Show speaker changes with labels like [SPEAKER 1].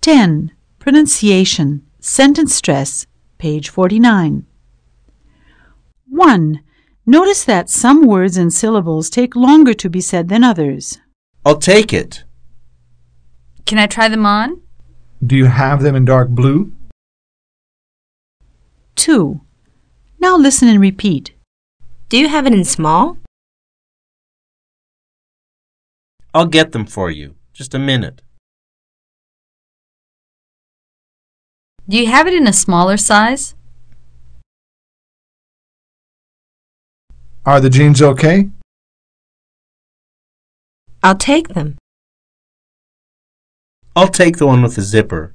[SPEAKER 1] 10. Pronunciation. Sentence stress. Page 49. 1. Notice that some words and syllables take longer to be said than others.
[SPEAKER 2] I'll take it.
[SPEAKER 3] Can I try them on?
[SPEAKER 4] Do you have them in dark blue?
[SPEAKER 1] 2. Now listen and repeat.
[SPEAKER 5] Do you have it in small?
[SPEAKER 2] I'll get them for you. Just a minute.
[SPEAKER 3] Do you have it in a smaller size?
[SPEAKER 4] Are the jeans okay?
[SPEAKER 5] I'll take them.
[SPEAKER 2] I'll take the one with the zipper.